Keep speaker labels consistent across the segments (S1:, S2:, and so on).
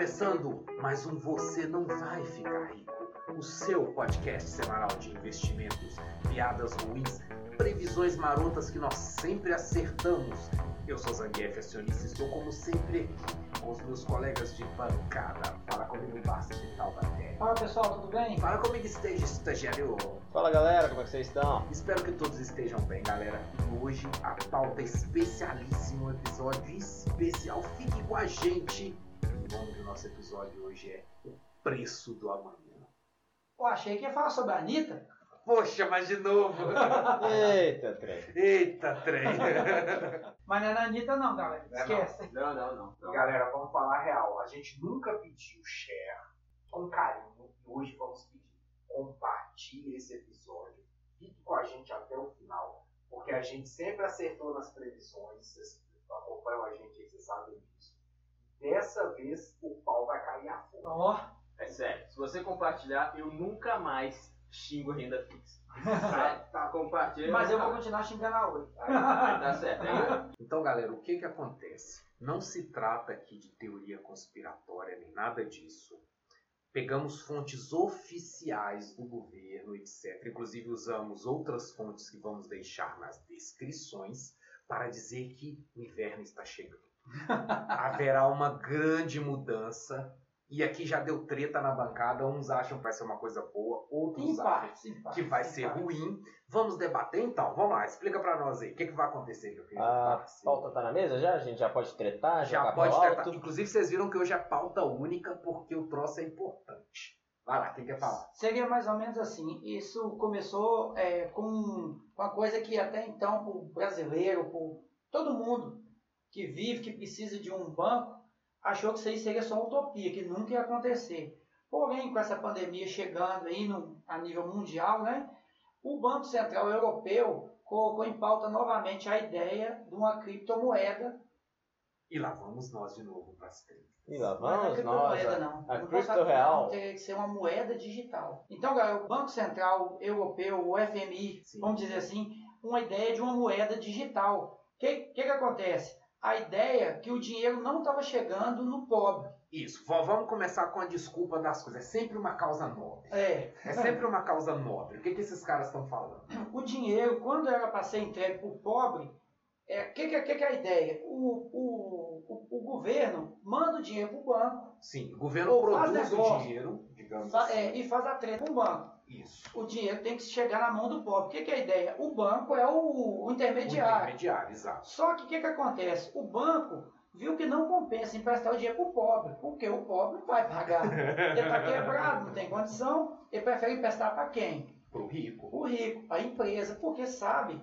S1: começando mais um Você Não Vai Ficar Rico, o seu podcast semanal de investimentos, piadas ruins, previsões marotas que nós sempre acertamos. Eu sou Zangief é Acionista e estou como sempre aqui com os meus colegas de bancada. Fala comigo, Basta de Taubaté.
S2: Fala pessoal, tudo bem?
S1: Fala comigo, esteja estagiário.
S3: Fala galera, como é que vocês estão?
S1: Espero que todos estejam bem, galera. E hoje a pauta é especialíssima, um episódio especial. Fique com a gente. O nome do nosso episódio hoje é O Preço do Amanhã.
S2: Pô, achei que ia falar sobre a Anitta.
S1: Poxa, mas de novo.
S3: Eita, trem.
S1: Eita, trem.
S2: Mas não é na Anitta não, galera.
S3: Não é
S2: Esquece.
S3: Não, não, não.
S1: Então, Galera, vamos falar real. A gente nunca pediu share com carinho. E hoje vamos pedir. Compartilhe esse episódio. Fique com a gente até o final. Porque a gente sempre acertou nas previsões. Vocês acompanham a gente aí, vocês sabem disso. Dessa vez o pau vai cair a fogo.
S2: Então, ó,
S3: É sério, se você compartilhar, eu nunca mais xingo renda fixa. Sério, tá, compartilha.
S2: mas eu vou continuar xingando a Oi.
S3: Tá certo, hein?
S1: Então, galera, o que que acontece? Não se trata aqui de teoria conspiratória nem nada disso. Pegamos fontes oficiais do governo, etc. Inclusive usamos outras fontes que vamos deixar nas descrições para dizer que o inverno está chegando. Haverá uma grande mudança. E aqui já deu treta na bancada. Uns acham que vai ser uma coisa boa, outros
S2: Em
S1: acham
S2: partes, em partes.
S1: que vai
S2: em
S1: ser
S2: partes.
S1: ruim. Vamos debater então? Vamos lá, explica pra nós aí. O que, que vai acontecer, meu querido?
S2: Ah,
S3: A
S1: Darcy?
S3: pauta tá na mesa já? A gente já pode tretar,
S1: Já
S3: jogar
S1: pode
S3: pro
S1: tratar.
S3: alto?
S1: Inclusive, vocês viram que hoje é pauta única porque o troço é importante. Vai lá, quem quer falar?
S2: Seria mais ou menos assim. Isso começou é, com uma coisa que até então, para o brasileiro, para todo mundo que vive, que precisa de um banco, achou que isso aí seria só utopia, que nunca ia acontecer. Porém, com essa pandemia chegando aí no, a nível mundial, né, o Banco Central Europeu colocou em pauta novamente a ideia de uma criptomoeda.
S1: E lá vamos nós de novo para as três.
S3: E
S2: Não
S3: lá
S2: é uma
S3: vamos nós.
S2: criptomoeda,
S3: ó.
S2: não.
S3: a
S2: Não
S3: cripto
S2: posso-
S3: real.
S2: Teria que ser uma moeda digital. Então, galera, o Banco Central Europeu, o FMI,
S1: Sim.
S2: vamos dizer assim, uma ideia de uma moeda digital. O que, que, que acontece? A ideia é que o dinheiro não estava chegando no pobre.
S1: Isso, v- vamos começar com a desculpa das coisas. É sempre uma causa nobre.
S2: É,
S1: É sempre uma causa nobre. O que, que esses caras estão falando?
S2: o dinheiro, quando era para ser entregue para o pobre, o é, que, que, que que é a ideia? O, o, o, o governo manda o dinheiro para o banco
S1: Sim, o governo
S2: Ou faz
S1: produz o
S2: negócio.
S1: dinheiro, digamos
S2: fa-
S1: assim.
S2: é, e faz a treta com o banco.
S1: Isso.
S2: o dinheiro tem que chegar na mão do pobre. O que, que é a ideia? O banco é o, o intermediário.
S1: O intermediário, exato.
S2: Só que o que, que acontece? O banco viu que não compensa emprestar o dinheiro para o pobre, porque o pobre não vai pagar. Ele está quebrado, não tem condição. Ele prefere emprestar para quem?
S1: Pro rico.
S2: O rico, a empresa, porque sabe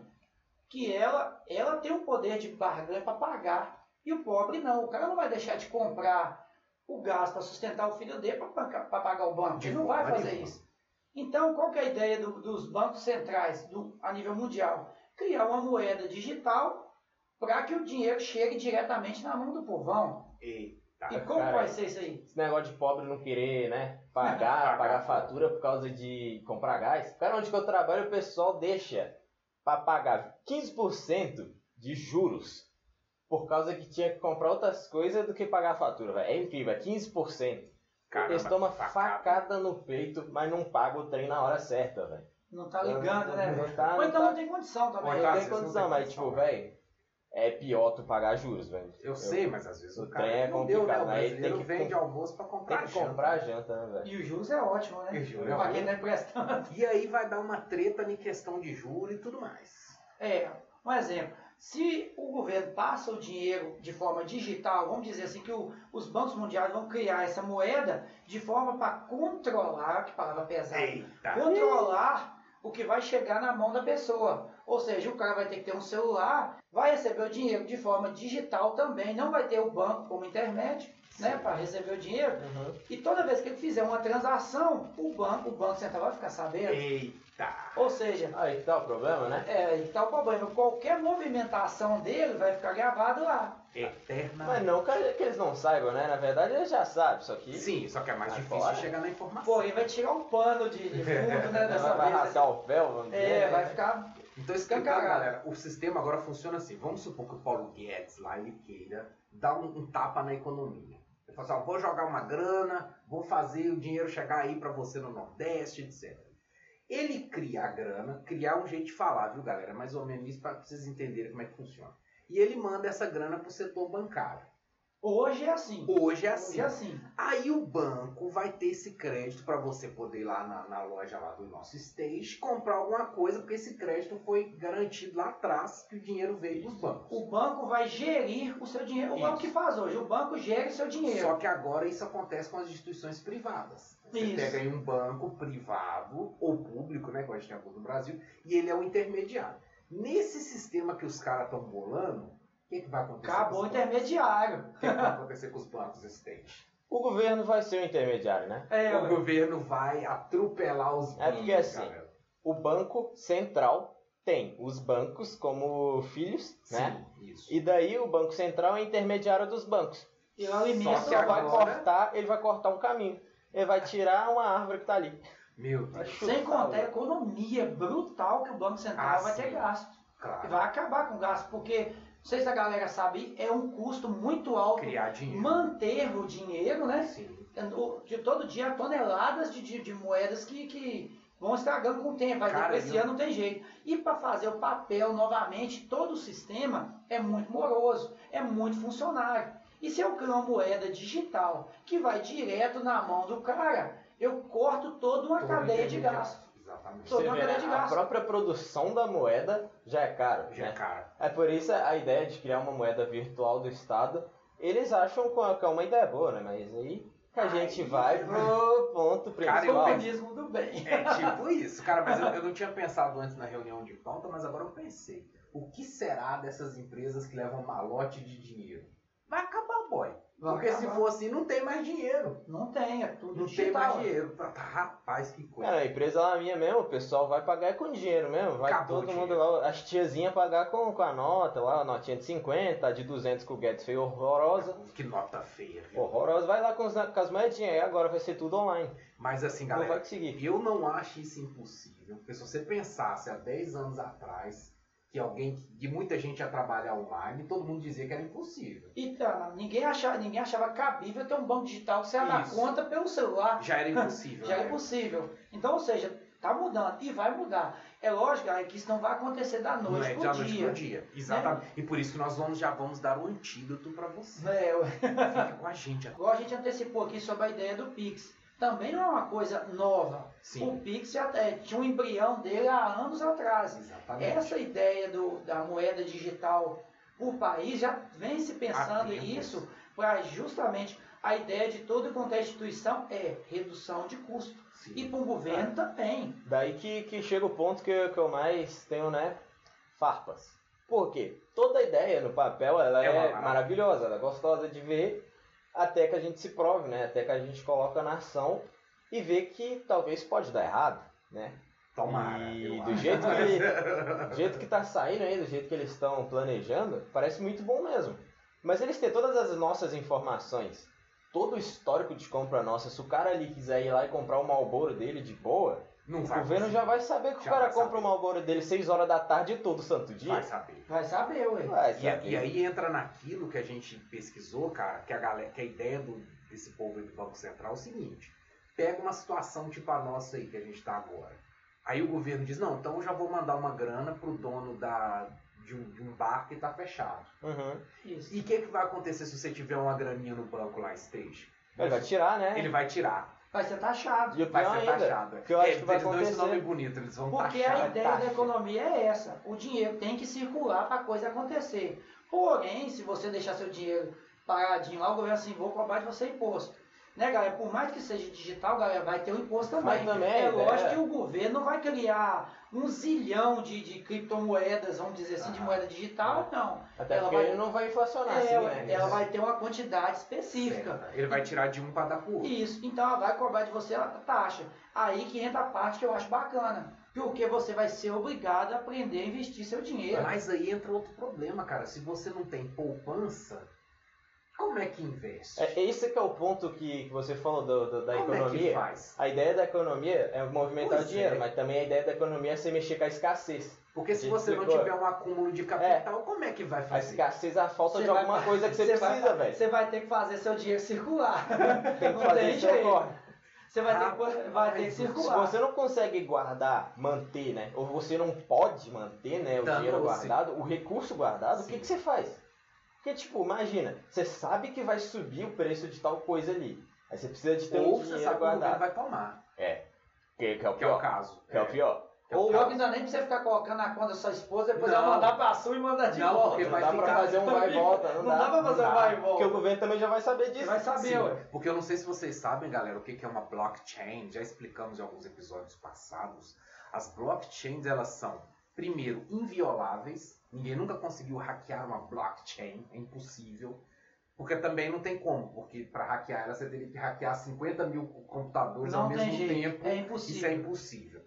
S2: que ela, ela tem o poder de barganha para pagar. E o pobre não. O cara não vai deixar de comprar o gás para sustentar o filho dele para pagar o banco.
S1: De
S2: Ele não vai
S1: forma
S2: fazer
S1: nenhuma.
S2: isso. Então, qual que é a ideia do- dos bancos centrais do- a nível mundial? Criar uma moeda digital para que o dinheiro chegue diretamente na mão do povão.
S1: Eita.
S2: E como
S3: cara.
S2: vai ser isso aí?
S3: Esse negócio de pobre não querer, né? Pagar, pagar fatura por causa de comprar gás. Cara, onde que eu trabalho, o pessoal deixa pra pagar 15% de juros por causa que tinha que comprar outras coisas do que pagar a fatura, velho. É incrível, é 15%.
S1: Cara,
S3: Eles tomam
S1: facada.
S3: facada no peito, mas não pagam o trem na hora certa, velho.
S2: Não tá ligando, né? velho?
S3: Não tá,
S2: Ou
S3: não
S2: então não
S3: tá.
S2: tem condição também.
S1: Ou
S3: Não
S1: tá,
S3: tem
S1: vocês não
S3: condição,
S1: têm
S3: mas
S1: condição,
S3: tipo, velho, é pior tu pagar juros, velho.
S1: Eu sei, mas às vezes o
S3: o
S1: cara
S3: trem é
S1: não deu, né? O
S3: complicado, aí
S1: brasileiro
S3: tem que
S1: vende
S3: com-
S1: almoço pra
S3: Tem
S1: comprar
S3: que
S1: janta.
S3: comprar janta, né, velho?
S2: E o juros é ótimo, né?
S1: E o juros é
S2: Pra quem
S1: ótimo.
S2: tá emprestando.
S1: E aí vai dar uma treta em questão de juro e tudo mais.
S2: É, um exemplo. Se o governo passa o dinheiro de forma digital, vamos dizer assim, que o- os bancos mundiais vão criar essa moeda de forma para controlar, que palavra pesada,
S1: Eita!
S2: controlar o que vai chegar na mão da pessoa. Ou seja, o cara vai ter que ter um celular, vai receber o dinheiro de forma digital também, não vai ter o banco como intermédio, né, para receber o dinheiro. E toda vez que ele fizer uma transação, o banco, o banco central vai ficar sabendo.
S1: Eita!
S2: Ou seja,
S3: Aí que tá o problema, né?
S2: é, e tá o problema. Qualquer movimentação dele vai ficar gravado lá.
S3: Mas
S1: Eterna.
S3: não é que que eles não saibam, né? Na verdade eles já sabem, só que
S1: Sim, só que é mais difícil
S3: Agora?
S1: chegar na informação.
S2: Porém, vai tirar um pano de, de fundo, né?
S3: ela
S2: Dessa
S3: vai
S2: vez.
S3: rasgar o véu, vamos dizer.
S2: É,
S3: né?
S2: vai ficar.
S1: Então explica,
S2: Escancarado.
S1: galera. O sistema agora funciona assim. Vamos supor que o Paulo Guedes lá ele queira dar um, um tapa na economia. Fala assim, ó, vou jogar uma grana, vou fazer o dinheiro chegar aí para você no Nordeste, etc. Ele cria a grana, criar um jeito de falar, viu, galera? Mais ou menos isso para vocês entenderem como é que funciona. E ele manda essa grana pro setor bancário.
S2: Hoje é assim.
S1: Hoje é assim.
S2: Hoje é assim.
S1: Aí o banco vai ter esse crédito para você poder ir lá na, na loja lá do nosso stage comprar alguma coisa, porque esse crédito foi garantido lá atrás que o dinheiro veio dos bancos.
S2: O banco vai gerir o seu dinheiro. O banco
S1: Isso.
S2: que faz hoje, o banco gere o seu dinheiro.
S1: Só que agora isso acontece com as instituições privadas. Você
S2: Isso.
S1: pega aí um banco privado ou público, né, que a gente tem alguns no Brasil, e ele é o intermediário. Nesse sistema que os caras estão bolando, o que, que vai acontecer?
S2: Acabou o
S1: com os bancos?
S2: intermediário.
S1: O que, que vai acontecer com os bancos existentes?
S3: O governo vai ser o intermediário, né?
S2: É,
S1: o
S2: ué.
S1: governo vai atropelar os bancos.
S3: É porque assim,
S1: galera.
S3: O Banco Central tem os bancos como filhos, né?
S1: Sim, isso.
S3: E daí o Banco Central é intermediário dos bancos.
S2: e lá limita
S1: Só
S3: Só
S1: que
S3: vai
S1: um agora-
S3: cortar, ele vai cortar um caminho. Ele vai tirar uma árvore que tá ali.
S1: Meu
S3: Vai
S1: Deus,
S3: chutar
S2: Sem contar a
S3: outra.
S2: economia brutal que o Banco Central
S1: Ah,
S2: vai ter
S1: sim.
S2: gasto.
S1: claro.
S2: Vai acabar com o gasto, porque, não sei se a galera sabe, é um custo muito alto
S1: Criar dinheiro. assim,
S2: manter o dinheiro, né?
S1: Sim.
S2: O- De todo dia, toneladas de, de, de moedas que, que vão estragando com o tempo. Aí
S1: Cara,
S2: depois esse
S1: eu-
S2: ano não tem jeito. E para fazer o papel novamente, todo o sistema é muito moroso, é muito funcionário. E se eu crio uma moeda digital que vai direto na mão do cara, eu corto toda uma
S1: Todo
S2: cadeia de
S1: intermediário.
S2: gasto.
S1: Exatamente.
S2: Todo-
S3: Você
S2: uma
S3: vê, né?
S2: grande
S3: A
S2: gasto.
S3: própria produção da moeda já é caro,
S1: Já é
S3: né?
S1: caro.
S3: É por isso a ideia de criar uma moeda virtual do Estado, eles acham que é- que é uma ideia boa, né? Mas aí que a gente
S2: Aí-
S3: vai pro ponto
S1: Cara, eu
S3: principal.
S2: Comunismo é um do bem.
S1: É tipo isso, cara, mas eu, eu não tinha pensado antes na reunião de pauta, mas agora eu pensei. O que será dessas empresas que levam malote de dinheiro? Vai acabar, boy. Porque se for assim, não tem mais dinheiro.
S2: Não tem, é tudo
S1: Não tem
S2: digital.
S1: mais dinheiro. Tá, tá, Rapaz, que coisa.
S3: Cara, a empresa lá é minha mesmo, o pessoal vai pagar com dinheiro mesmo. Vai
S1: Acabou
S3: todo
S1: o
S3: mundo
S1: dinheiro.
S3: lá, as tiazinhas pagar com, com a nota lá, a notinha de 50, a de 200 que o Guedes fez horrorosa.
S1: Que nota feia, viu?
S3: Horrorosa, vai lá com, os, com as moedinhas, aí agora vai ser tudo online.
S1: Mas assim,
S3: Não vai
S1: galera,
S3: conseguir.
S1: eu não acho isso impossível. Porque se você pensasse há 10 anos atrás que alguém, que muita gente ia trabalhar online, todo mundo dizia que era impossível.
S2: Então, ninguém achava, ninguém achava cabível ter um banco digital que você dá
S1: Isso.
S2: conta pelo celular.
S1: Já era impossível.
S2: Já é
S1: né?
S2: possível. Então, ou seja, tá mudando e vai mudar. É lógico galera, que isso não vai acontecer da
S1: Não
S2: noite
S1: é
S2: pro
S1: da noite
S2: dia.
S1: pro dia. Exatamente. E por isso que nós vamos, já vamos dar um antídoto pra você.
S2: É, eu-
S1: Fique com a gente.
S2: igual a gente antecipou aqui sobre a ideia do Pix. Também não é uma coisa nova.
S1: Sim.
S2: O Pix já é, tinha um embrião dele há anos atrás.
S1: Exatamente.
S2: Essa ideia do, da moeda digital por país já vem se pensando
S1: Há tempos.
S2: isso para justamente a ideia de toda e qualquer instituição é redução de custo.
S1: Sim.
S2: E para o governo
S1: Tá.
S2: também.
S3: Daí que, que chega o ponto que, eu- que eu mais tenho, né? Farpas. Por quê? Toda ideia no papel ela
S1: É
S3: é,
S1: uma maravilha.
S3: maravilhosa, ela é gostosa de ver, até que a gente se prove, né? Até que a gente coloca na ação e vê que talvez pode dar errado, né?
S1: Tomara.
S3: E
S1: eu
S3: do
S1: acho.
S3: jeito Do jeito que tá saindo aí, do jeito que eles estão planejando, parece muito bom mesmo. Mas eles têm todas as nossas informações, todo o histórico de compra nossa. Se o cara ali quiser ir lá e comprar o Malboro dele de boa,
S1: Não
S3: o
S1: vai.
S3: governo já vai saber que
S1: Já
S3: o cara
S1: vai
S3: compra
S1: saber.
S3: o Malboro dele 6 horas da tarde todo santo dia.
S1: Vai saber.
S2: Vai saber, ué.
S3: Vai
S1: E, a-
S3: saber.
S1: e aí entra naquilo que a gente pesquisou, cara, que a, galera, que a ideia do- desse povo aí do Banco Central é o seguinte: pega uma situação tipo a nossa aí que a gente tá agora. Aí o governo diz: não, então eu já vou mandar uma grana pro dono da, de, um, de um bar que tá fechado.
S3: Uhum.
S2: Isso.
S1: E o que, que vai acontecer se você tiver uma graninha no banco lá, Stage?
S3: Ele vai tirar, né?
S1: Ele vai tirar.
S2: Vai ser taxado.
S3: E o
S1: Vai
S3: pior
S1: ser
S3: ainda,
S1: taxado.
S3: que eu acho
S1: É,
S3: que vai
S1: eles dão esse nome
S3: acontecer.
S1: bonito, eles
S3: tá
S1: vão
S2: Porque
S1: taxar.
S2: a ideia
S3: taxa.
S2: da economia é essa. O dinheiro tem que circular para a coisa acontecer. Porém, se você deixar seu dinheiro paradinho lá, o governo assim, vou cobrar de você imposto. Né, galera? Por mais que seja digital, galera, vai ter o imposto também.
S3: Mas também,
S2: é
S3: né?
S2: lógico que o governo não vai criar um zilhão de, de criptomoedas, vamos dizer assim, de
S1: Ah.
S2: moeda digital, não.
S3: Até
S2: ela
S3: porque
S2: vai-
S3: ele não vai inflacionar
S2: É,
S3: assim,
S2: ela,
S3: né?
S2: ela vai ter uma quantidade
S3: é
S2: específica.
S1: Certo. Ele vai tirar de um para dar pro outro.
S2: Isso, então ela vai cobrar de você a taxa. Aí que entra a parte que eu acho bacana. Porque você vai ser obrigado a aprender a investir seu dinheiro.
S1: É, Mas aí entra outro problema, cara. Se você não tem poupança, como é que investe?
S3: É, esse que é o ponto que, que você falou do- do- da
S1: como é que
S3: economia.
S1: faz?
S3: A ideia da economia é movimentar
S1: Pois
S3: o dinheiro,
S1: é.
S3: mas também a ideia da economia é você mexer com a escassez.
S1: Porque se você não
S3: Explicou.
S1: tiver um acúmulo de capital, como é que vai
S3: A
S1: fazer?
S3: escassez, a falta de alguma coisa que você precisa,
S2: vai,
S3: velho.
S2: Você vai ter que fazer seu dinheiro circular.
S3: Tem que
S2: não
S3: fazer
S2: tem
S3: isso
S2: jeito.
S3: agora.
S2: Você vai ter, que- vai ter que
S1: Rapaz, se
S3: Se
S2: circular.
S3: você não consegue guardar, manter, né? Ou você não pode manter, né? O
S1: Tá,
S3: dinheiro
S1: ou
S3: guardado, o recurso guardado, o que,
S1: Sim.
S3: que você faz? Porque, tipo, imagina, você sabe que vai subir o preço de tal coisa ali. Aí você precisa de ter um
S1: Ou você
S3: dinheiro
S1: sabe é que o governo
S3: guardado.
S1: vai tomar,
S3: Que, que é o
S1: que é o
S3: pior.
S1: caso.
S3: Que é o pior.
S2: Ou
S3: Ou
S2: pior que não dá nem pra você ficar colocando na conta da sua esposa, depois
S1: Não.
S2: ela mandar pra sua e mandar de
S1: Não,
S2: volta.
S1: porque
S3: não
S1: vai
S3: dá pra
S1: ficar-
S3: fazer um vai e volta. Não,
S2: Não dá pra fazer um
S3: dá.
S2: vai e volta.
S3: Porque o governo também já vai saber
S2: Você
S3: disso.
S2: vai saber,
S1: Sim.
S2: ué.
S1: Porque eu não sei se vocês sabem, galera, o que que é uma blockchain. Já explicamos em alguns episódios passados. As blockchains, elas são, primeiro, invioláveis. Ninguém nunca conseguiu hackear uma blockchain. É impossível. Porque também não tem como. Porque para hackear ela, você teria que hackear 50 mil computadores ao
S2: Não tem
S1: mesmo
S2: jeito.
S1: tempo. Isso é
S2: É impossível.
S1: impossível.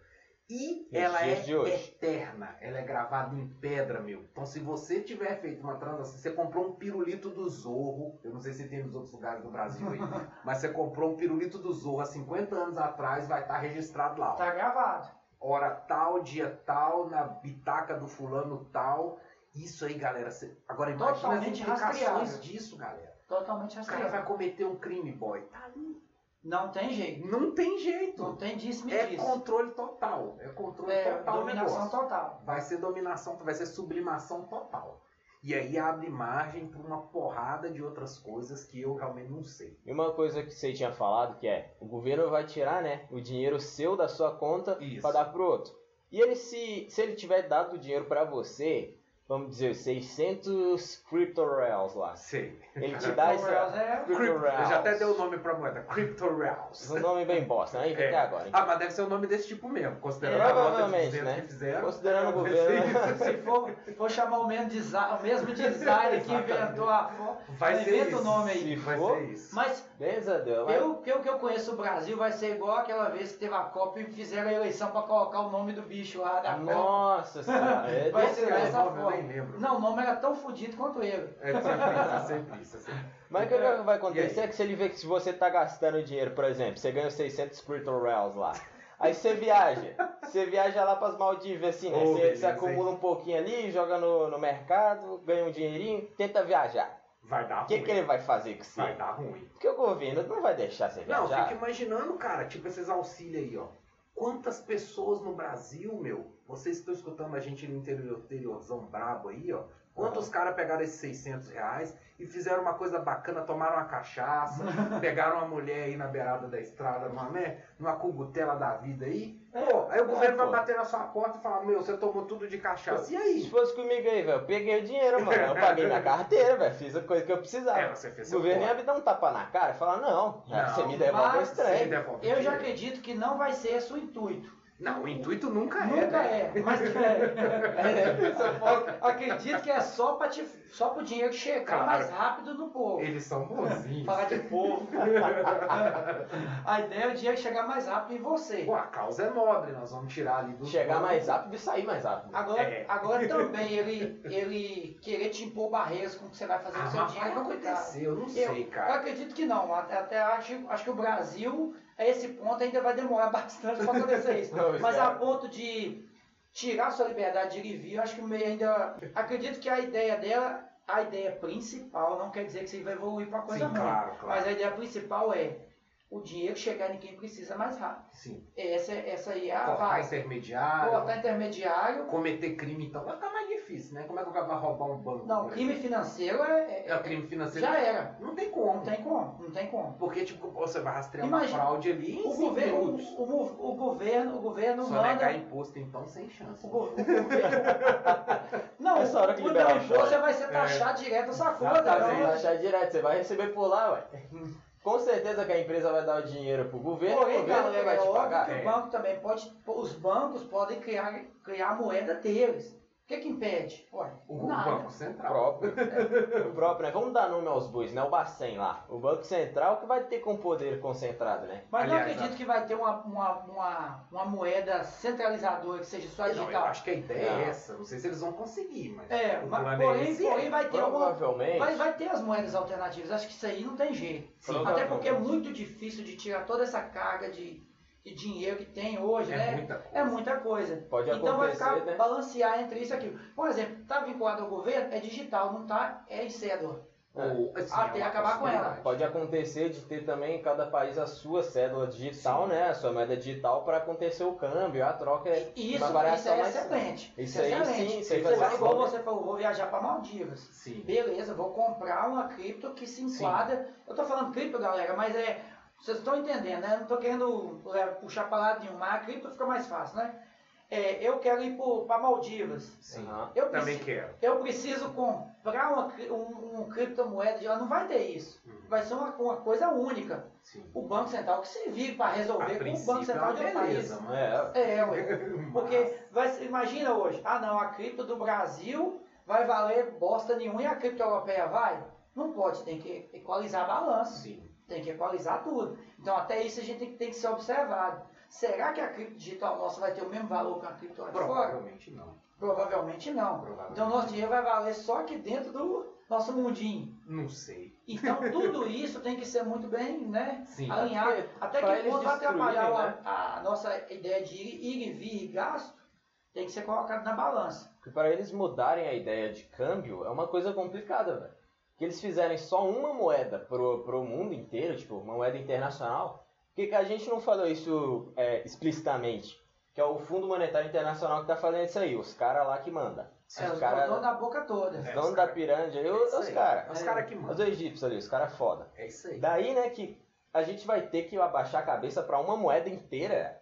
S1: E
S3: Nos
S1: ela é
S3: dias de hoje.
S1: eterna, ela é gravada em pedra, meu. Então, se você tiver feito uma transação, você comprou um pirulito do Zorro, eu não sei se tem nos outros lugares do Brasil aí, mas você comprou um pirulito do Zorro há 50 anos atrás, vai estar registrado lá. ó.
S2: Tá gravado.
S1: Hora tal, dia tal, na bitaca do fulano tal. Isso aí, galera. Você... Agora imagina
S2: Totalmente
S1: as implicações
S2: rastreável.
S1: disso, galera.
S2: Totalmente
S1: O cara
S2: rastreado.
S1: vai cometer um crime, boy. Tá ali.
S2: Não tem jeito.
S1: Não tem jeito.
S2: Não tem disso, me
S1: É
S2: diz.
S1: controle total. É controle
S2: É,
S1: total. do
S2: dominação
S1: negócio.
S2: total.
S1: Vai ser dominação, vai ser sublimação total. E aí abre margem para uma porrada de outras coisas que eu realmente não sei.
S3: E uma coisa que você tinha falado que é, o governo vai tirar, né, o dinheiro seu da sua conta
S1: Isso.
S3: para dar pro outro. E ele se, se ele tiver dado o dinheiro para você, vamos dizer, 600 crypto reals lá.
S1: Sei.
S3: Ele te dá
S2: Então,
S3: essa
S2: é-
S3: Crypto
S1: Crypto- eu já até
S3: Reals.
S1: dei o nome pra moeda, Crypto Reals.
S3: esse nome bem bosta, né? Inventei
S1: É.
S3: agora. hein?
S1: Ah, mas deve ser um nome desse tipo mesmo, considerando a nota de
S3: Provavelmente,
S1: 200
S3: né?
S1: que fizeram.
S3: Considerando
S1: Vai
S3: o governo, né?
S1: ser isso.
S2: Se for, for chamar o mesmo design, o mesmo design que
S1: Exatamente.
S2: inventou a foto,
S1: Vai ser
S2: inventa
S1: isso.
S2: o nome aí.
S3: se
S1: Vai
S3: for,
S1: ser isso.
S2: Mas
S3: beleza, deu. Mas
S2: eu, pelo que eu conheço o Brasil, vai ser igual aquela vez que teve a Copa e fizeram a eleição pra colocar o nome do bicho lá da Copa.
S3: Nossa senhora, é
S2: Vai
S1: Esse
S3: desse
S2: ser
S3: mesmo.
S2: essa
S1: nome eu
S2: forma.
S1: nem lembro.
S2: Não, o nome era tão fodido quanto ele.
S1: É sempre isso, é sempre isso. É sempre isso.
S3: Mas o que que vai
S1: E
S3: acontecer
S1: aí?
S3: é que se ele vê que se você tá gastando dinheiro, por exemplo, você ganha 600 Crypto Reals lá. Aí você viaja. Você viaja lá pras Maldivas, assim, né?
S1: Ô,
S3: Você, você
S1: beleza,
S3: acumula um pouquinho ali, joga no, no mercado, ganha um dinheirinho, tenta viajar.
S1: Vai dar
S3: O que, é
S1: ruim.
S3: que ele vai fazer com
S1: Vai
S3: você?
S1: dar ruim.
S3: Porque o governo não vai deixar você
S1: Não,
S3: viajar.
S1: fica imaginando, cara, tipo esses auxílios aí, ó. Quantas pessoas no Brasil, meu, vocês estão escutando a gente no interior, interiorzão brabo aí, ó. Quantos caras pegaram esses 600 reais e fizeram uma coisa bacana, tomaram uma cachaça, pegaram uma mulher aí na beirada da estrada, numa, né, numa cogutela da vida aí.
S2: É,
S1: Pô, aí o governo vai bater na sua porta e falar, meu, você tomou tudo de cachaça. E
S3: Se
S1: aí?
S3: fosse comigo aí, velho, eu peguei o dinheiro, mano. Eu paguei minha carteira, velho. Fiz a coisa que eu
S1: É,
S3: precisava.
S1: você fez
S3: O
S1: seu
S3: governo ia
S1: corre.
S3: me dar um tapa na cara e falar, não, é,
S1: Não,
S3: você me devolve
S2: mas
S3: esse
S1: Você
S3: trem.
S1: devolve
S2: Eu já
S1: dinheiro.
S2: acredito que não vai ser esse o intuito.
S1: Não, o intuito nunca é.
S2: Nunca
S1: né?
S2: é. Mas é.
S3: Você pode-
S2: acredito que é só, pra te, só pro dinheiro chegar
S1: Claro.
S2: mais rápido no povo.
S1: Eles são bonzinhos.
S2: Falar de povo. a ideia é o dinheiro chegar mais rápido em você.
S1: Pô, a causa é nobre, nós vamos tirar ali do.
S3: Chegar mais rápido e sair mais rápido.
S2: Agora,
S1: É.
S2: agora também ele, ele querer te impor barreiras com o que você vai fazer com
S1: Ah,
S2: o seu
S1: mas vai
S2: dinheiro. é complicado.
S1: acontecer, eu não
S2: Eu-
S1: sei,
S2: Eu
S1: cara.
S2: acredito que não. Até, até acho, acho que o Brasil, a esse ponto, ainda vai demorar bastante para acontecer isso.
S3: Não,
S2: Mas a
S1: é.
S3: espera.
S2: ponto de tirar sua liberdade de ir e vir, eu acho que o meio ainda. Acredito que a ideia dela, a ideia principal, não quer dizer que você vai evoluir para coisa
S1: Sim,
S2: ruim.
S1: claro, claro.
S2: Mas a ideia principal é o dinheiro chegar em quem precisa mais rápido.
S1: Sim.
S2: Essa, essa aí é a
S1: Cortar
S2: base.
S1: intermediário,
S2: Cortar intermediário.
S1: cometer crime, então vai ficar mais difícil, né? Como é que o cara vai roubar um banco?
S2: Não,
S1: por
S2: crime financeiro é,
S1: exemplo?
S2: é-
S1: É o crime financeiro.
S2: já era.
S1: Não tem como.
S2: Não tem como, não tem como.
S1: Porque, tipo, você vai rastrear
S2: Imagina,
S1: uma fraude ali em
S2: O
S1: cinco
S2: governo,
S1: minutos.
S2: o, o- o governo, o governo
S1: Só negar
S2: manda.
S1: imposto, então, sem chance.
S2: O go- o governo- não,
S3: Essa hora que
S2: o
S3: liberar
S2: não
S3: o
S2: imposto
S3: fora.
S2: você vai
S1: É.
S2: ser taxado direto da sua conta.
S3: Tá, você
S2: não. é?
S3: vai achar direto, você vai receber por lá, ué. Com certeza que a empresa vai dar o dinheiro pro governo, o
S2: Porém,
S3: governo
S2: galera,
S3: vai
S2: é
S3: te
S2: óbvio
S3: pagar.
S2: que
S1: é.
S2: o banco também pode. Os bancos podem criar, criar a moeda deles. O que, que impede? Ué,
S1: O
S2: nada.
S1: Banco
S3: O
S1: Central.
S3: próprio, né? o próprio, né? Vamos dar nome aos bois, né? O Bacen lá. O Banco Central que vai ter com poder concentrado, né?
S2: Mas não
S1: Aliás,
S2: acredito que vai ter uma, uma, uma, uma moeda centralizadora que seja só
S1: Não, eu
S2: tá digital.
S1: acho que a ideia
S3: Não.
S1: é essa. Não sei se eles vão conseguir, mas.
S2: É,
S1: o
S2: mas
S1: plano é
S2: porém,
S1: esse.
S2: porém vai ter alguma
S3: Provavelmente.
S2: Vai, vai ter as moedas alternativas, acho que isso aí não tem jeito.
S1: Sim.
S2: Até porque é muito difícil de tirar toda essa carga de, e dinheiro que tem hoje,
S1: É
S2: né?
S1: muita coisa.
S2: É muita coisa.
S3: Pode
S2: então vai
S3: acontecer,
S2: ficar
S3: né?
S2: balancear entre isso e aquilo. Por exemplo, tá vinculado ao governo, é digital, não tá, é em cédula.
S1: Ou, assim,
S2: Até
S1: é uma
S2: acabar com ela.
S1: possibilidade.
S3: Pode acontecer de ter também em cada país a sua cédula digital, né? A sua moeda digital para acontecer o câmbio, a troca. é
S2: E isso,
S3: uma variação
S2: isso é
S3: mais-
S2: excelente.
S3: Isso
S2: é
S3: aí sim,
S2: excelente.
S3: isso aí
S2: Você
S3: vai
S2: vai-
S3: ser
S2: igual
S3: bom, né?
S2: você falou, vou viajar para Maldivas.
S1: Sim.
S2: Beleza, vou comprar uma cripto que se enquadra. Eu tô falando cripto, galera, mas é. Vocês estão entendendo, né? Eu Não tô querendo é, puxar para lado nenhum, mas a cripto fica mais fácil, né? É, eu quero ir para Maldivas.
S1: Sim.
S3: Aham.
S2: Eu
S1: Também
S2: preciso,
S1: quero.
S2: eu preciso comprar uma, cri- um, um criptomoeda. Ela não vai ter isso.
S1: Uhum.
S2: Vai ser uma, uma coisa única.
S1: Sim.
S2: O Banco Central que se vire para resolver com o Banco
S1: princípio, é
S2: Central de um país.
S1: beleza,
S3: É,
S2: É, ué.
S1: mas-
S2: Porque vai ser- imagina hoje, ah não, a cripto do Brasil vai valer bosta nenhuma e a cripto europeia vai? Não pode, tem que equalizar balanço,
S1: Sim.
S2: tem que equalizar tudo. Então até isso a gente tem, que- tem que ser observado. Será que a cripto digital nossa vai ter o mesmo valor que a cripto lá de fora?
S1: Provavelmente não.
S2: Provavelmente não.
S1: Provavelmente.
S2: Então nosso dinheiro vai valer só aqui dentro do nosso mundinho.
S1: Não sei.
S2: Então tudo isso tem que ser muito bem, né?
S1: Sim.
S2: alinhar.
S3: Porque
S2: Até
S3: pra
S2: que
S3: eles
S2: ponto vai atrapalhar
S3: destruírem,
S2: a- a nossa ideia de ir, ir e vir e gasto tem que ser colocado na balança.
S3: Porque para eles mudarem a ideia de câmbio é uma coisa complicada, velho. Que eles fizerem só uma moeda pro, pro mundo inteiro, tipo, uma moeda internacional. Por que que a gente não falou isso é, explicitamente? Que é o Fundo Monetário Internacional que tá fazendo isso aí, os caras lá que manda.
S1: Sim,
S2: é,
S3: os
S2: os
S3: cara-
S2: donos da boca toda.
S3: Os
S1: É,
S3: donos
S1: os
S3: da
S1: cara-
S3: pirâmide aí,
S1: É
S3: os
S1: isso
S3: os
S1: aí.
S3: caras.
S1: Os caras que mandam.
S3: Os egípcios ali, os caras foda.
S1: É isso aí.
S3: Daí, né, que a gente vai ter que abaixar a cabeça pra uma moeda inteira.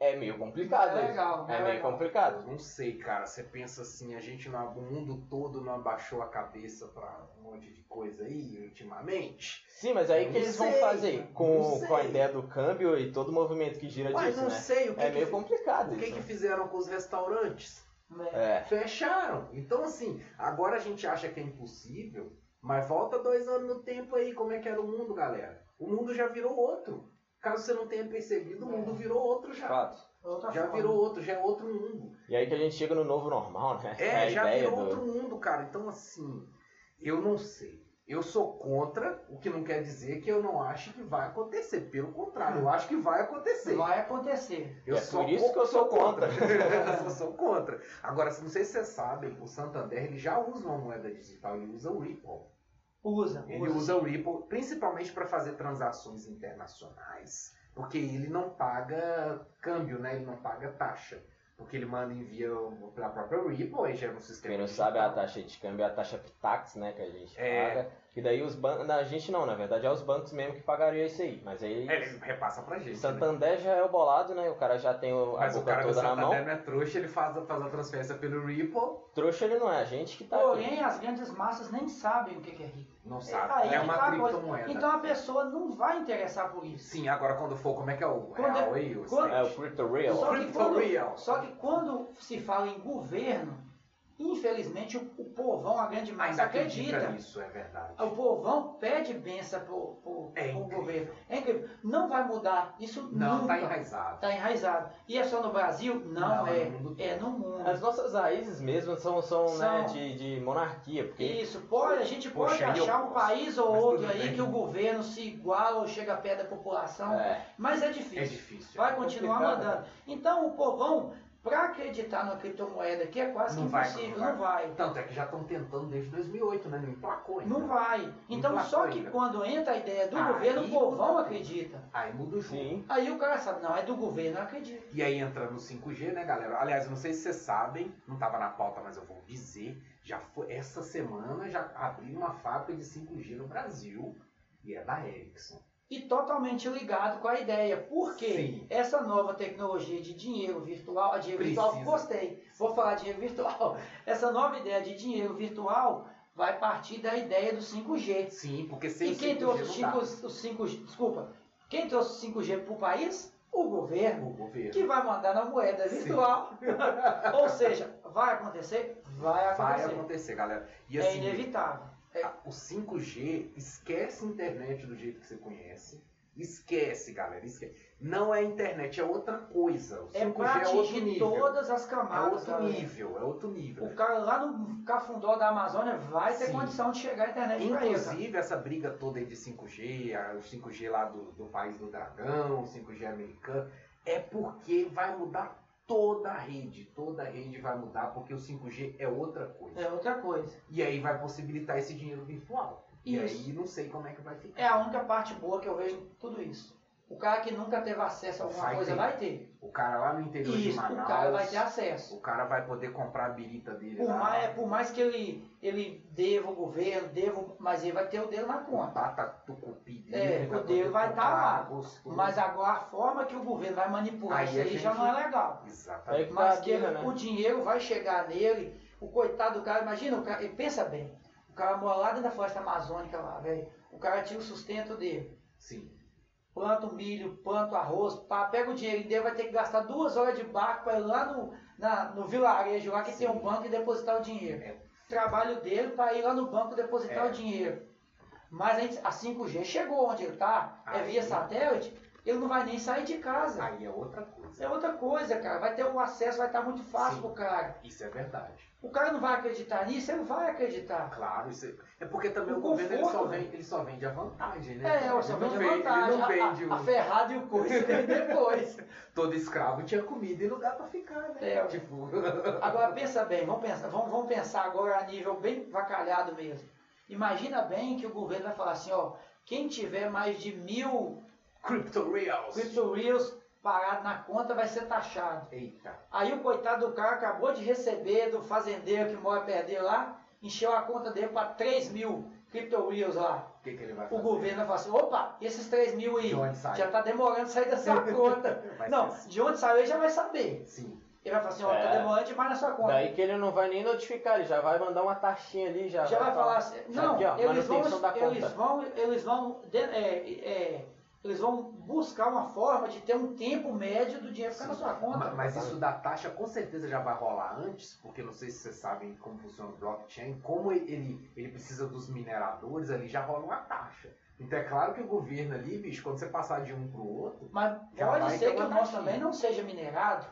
S3: É meio complicado.
S2: Não é
S3: isso.
S2: legal, não
S3: é
S2: é
S3: meio
S2: legal.
S3: complicado.
S1: Eu não sei, cara. Você pensa assim, a gente não, o mundo todo não abaixou a cabeça pra um monte de coisa aí ultimamente.
S3: Sim, mas aí o
S1: Não
S3: que eles vão
S1: sei,
S3: fazer
S1: não
S3: com,
S1: sei.
S3: com a ideia do câmbio e todo o movimento que gira
S1: Mas
S3: disso,
S1: não
S3: né?
S1: sei o que,
S3: É
S1: que
S3: meio complicado
S1: o que,
S3: isso. né?
S1: que fizeram com os restaurantes.
S2: né?
S3: É.
S1: Fecharam. Então, assim, agora a gente acha que é impossível, mas volta dois anos no tempo aí, como é que era o mundo, galera? O mundo já virou outro. Caso você não tenha percebido, o mundo virou outro já.
S3: Fato.
S2: Outra
S1: Já
S2: forma.
S1: virou outro, já é outro mundo.
S3: E aí que a gente chega no novo normal, né?
S1: É,
S3: a
S1: já
S3: ideia
S1: virou
S3: do.
S1: outro mundo, cara. Então, assim, eu não sei. Eu sou contra, o que não quer dizer que eu não acho que vai acontecer. Pelo contrário, eu acho que vai acontecer.
S2: Vai acontecer.
S1: Eu
S3: É
S1: sou
S3: por isso que eu sou contra.
S1: eu só sou contra. Agora, se- não sei se vocês sabem, o Santander ele já usa uma moeda digital, ele usa o Ripple.
S2: Usa,
S1: Ele
S2: usa.
S1: usa o Ripple principalmente para fazer transações internacionais, porque ele não paga câmbio, né? Ele não paga taxa. Porque ele manda e envia pela própria Ripple, aí gera um sistema.
S3: Quem não
S1: digital.
S3: sabe é a taxa de câmbio, a taxa PTAX, né, que a gente
S1: É.
S3: paga. Que daí os bancos. A gente não, na verdade, é os bancos mesmo que pagariam isso aí. Mas aí.
S1: É, Ele repassa pra gente. né?
S3: Santander já é o bolado, né? O cara já tem o- a
S1: Mas o
S3: boca
S1: cara do
S3: toda na mão.
S1: Santander não é trouxa, ele faz, faz a transferência pelo Ripple,
S3: Trouxa ele não é, a gente que tá aqui.
S2: Porém, as grandes massas nem sabem o que que é rico.
S1: não
S2: É,
S1: sabe.
S2: aí
S1: É,
S2: que
S1: uma
S2: tá a coisa.
S1: criptomoeda.
S2: Então a pessoa não vai interessar por isso.
S1: Sim, agora quando for, como é que é o
S2: Quando-
S1: real aí? O
S2: quando-
S1: site?
S3: É o Crypto Real.
S2: Só que,
S1: Crypto
S2: quando,
S1: real.
S2: só que quando se fala em governo, infelizmente o, o povão, a grande massa,
S1: Ainda acredita,
S2: acredita.
S1: nisso, é verdade.
S2: O povão pede benção pro, pro,
S1: É
S2: pro
S1: incrível.
S2: governo. É incrível. Não vai mudar. Isso
S1: Não,
S2: nunca.
S1: tá enraizado.
S2: Tá enraizado. E é só no Brasil? Não,
S1: Não,
S2: é.
S1: é no mundo todo.
S2: É no mundo.
S3: As nossas raízes mesmo são, são, né,
S2: São.
S3: de, de monarquia, porque
S2: Isso, pode, a gente pode
S1: Poxa, aí eu
S2: achar um
S1: posso.
S2: país ou
S1: Mas
S2: outro
S1: tudo
S2: aí
S1: bem.
S2: que o governo se iguala ou chega perto da população,
S3: é,
S2: mas é
S1: É
S2: difícil.
S1: difícil.
S2: Vai continuar
S3: complicado,
S2: mandando. Então o povão, para acreditar numa criptomoeda aqui é quase
S1: Não
S2: que
S1: vai,
S2: impossível,
S1: não
S2: não vai.
S1: Tanto é que já estão tentando desde 2008, né? Não emplacou ainda.
S2: Não vai. Então
S1: vai
S2: só que
S1: ainda.
S2: quando entra a ideia do
S1: Aí
S2: governo, o
S1: não
S2: povão
S1: dá.
S2: acredita.
S1: Aí muda o jogo.
S3: sim.
S2: Aí o cara sabe, não, é do governo, eu acredito.
S1: E aí entra no 5G, né, galera? Aliás, não sei se vocês sabem, não tava na pauta, mas eu vou dizer. Já foi, essa semana já abriu uma fábrica de 5G no Brasil. E é da Ericsson.
S2: E totalmente ligado com a ideia. Por quê?
S1: Sim.
S2: Essa nova tecnologia de dinheiro virtual, a dinheiro virtual,
S1: Precisa.
S2: gostei. Vou falar dinheiro virtual. Essa nova ideia de dinheiro virtual vai partir da ideia do 5G.
S1: Sim, porque sem
S2: E
S1: o
S2: quem
S1: 5G
S2: trouxe
S1: não
S2: os
S1: dá.
S2: 5, os 5 desculpa, quem trouxe o 5G para o país? O
S1: O
S2: governo,
S1: governo.
S2: que vai mandar na moeda
S1: Sim.
S2: virtual. Ou seja, vai acontecer? Vai
S1: Vai
S2: acontecer.
S1: acontecer, galera. E
S2: é
S1: assim,
S2: inevitável.
S1: O 5G esquece a internet do jeito que você conhece. Esquece, galera. Esquece. Não é internet, é outra coisa. O
S2: É
S1: 5G
S2: para
S1: é outro
S2: atingir
S1: nível.
S2: todas as
S1: É
S2: camadas.
S1: outro
S2: galera.
S1: nível, é outro nível.
S2: O cara lá no cafundó da Amazônia vai ter
S1: Sim.
S2: condição de chegar à internet pra ele. cara.
S1: Inclusive, essa briga toda aí de 5G, a- o 5G lá do, do país do dragão, o 5G americano, é porque vai mudar toda a rede. Toda a rede vai mudar porque o 5G é outra coisa.
S2: É outra coisa.
S1: E aí vai possibilitar esse dinheiro virtual. E
S2: Isso.
S1: aí não sei como é que vai ficar.
S2: É a única parte boa que eu vejo em tudo isso. O cara que nunca teve acesso a alguma
S1: Vai
S2: coisa
S1: ter.
S2: vai ter.
S1: O cara lá no interior de
S2: Isso,
S1: Manaus,
S2: o cara vai ter acesso.
S1: o cara vai poder comprar a birita dele
S2: Por
S1: lá.
S2: mais, é, por mais que ele, ele deva o governo, deva, mas ele vai ter o dedo na
S1: Com
S2: conta.
S1: batata tucupi dele, vai
S2: É, o
S1: poder
S2: dele vai tá
S1: comprar
S2: lá.
S1: gostoso.
S2: Mas agora a forma que o governo vai manipular
S1: Aí
S2: isso
S1: a
S2: aí
S1: gente-
S2: já não é legal.
S1: Exatamente.
S3: Tá
S2: Mas que
S3: vindo,
S2: ele-
S3: né?
S2: o dinheiro vai chegar nele, o coitado do cara, imagina, o cara, e pensa bem, o cara mora lá dentro da floresta amazônica lá, velho. O cara tira o sustento dele.
S1: Sim.
S2: Planta o milho, planta o arroz, pá, pega o dinheiro dele, vai ter que gastar duas horas de barco para ir lá no, na- no vilarejo lá que
S1: Sim.
S2: tem um banco e depositar o dinheiro.
S1: É.
S2: Trabalho dele para ir lá no banco depositar
S1: É.
S2: o dinheiro. Mas a gente- a 5G chegou onde ele tá, é
S1: Aí.
S2: via satélite, ele não vai nem sair de casa.
S1: Aí é outra coisa.
S2: É outra coisa, cara. Vai ter o acesso, vai estar muito fácil
S1: Sim.
S2: pro cara.
S1: Isso é verdade.
S2: O cara não vai acreditar nisso, ele vai acreditar.
S1: Claro, isso é... é porque também
S2: O
S1: o governo ele só,
S2: conforto, né?
S1: vende, ele só vende a vantagem, né?
S2: É,
S1: Ele
S2: eu só
S1: não
S2: vejo a
S1: vende-
S2: vantagem.
S1: Ele
S2: A-
S1: não vende
S2: a, a
S1: o-
S2: ferrada e o coice vem depois.
S1: Todo escravo tinha comida e lugar pra ficar, né?
S2: É.
S1: Tipo,
S2: Agora pensa bem, vamos pensar, vamos, vamos pensar agora a nível bem vacalhado mesmo. Imagina bem que o governo vai falar assim, ó, quem tiver mais de mil
S1: Crypto Reals.
S2: Crypto Reels parado na conta vai ser taxado.
S1: Eita.
S2: Aí o coitado do cara acabou de receber do fazendeiro que mora perto dele lá, encheu a conta dele para 3 mil Crypto Reels lá.
S1: O que, que ele vai
S2: o
S1: fazer?
S2: governo fala assim, opa, esses 3 mil aí,
S1: De onde sai?
S2: já tá demorando sair da sua conta.
S1: Vai
S2: não,
S1: ser assim.
S2: de onde saiu ele já vai saber.
S1: Sim.
S2: Ele vai falar assim, ó, tá
S3: É.
S2: demorando demais na sua conta.
S3: Daí que ele não vai nem notificar, ele já vai mandar uma taxinha ali, já,
S2: já vai
S1: tá
S2: falar assim,
S3: já
S2: não,
S3: aqui, ó,
S2: eles,
S3: manutenção da
S2: vão,
S3: conta.
S2: eles vão, eles vão, de- é, é, eles vão buscar uma forma de ter um tempo médio do dinheiro ficar na
S1: Sim.
S2: sua conta.
S1: Ma- Mas isso da taxa com certeza já vai rolar antes, porque não sei se vocês sabem como funciona o blockchain, como ele- ele, ele precisa dos mineradores ali, já rola uma taxa. Então é claro que o governo ali, bicho, quando você passar de um pro outro,
S2: Mas
S1: Já vai
S2: pode
S1: ter
S2: ser que
S1: uma
S2: o nosso
S1: taxinha.
S2: também não seja minerado.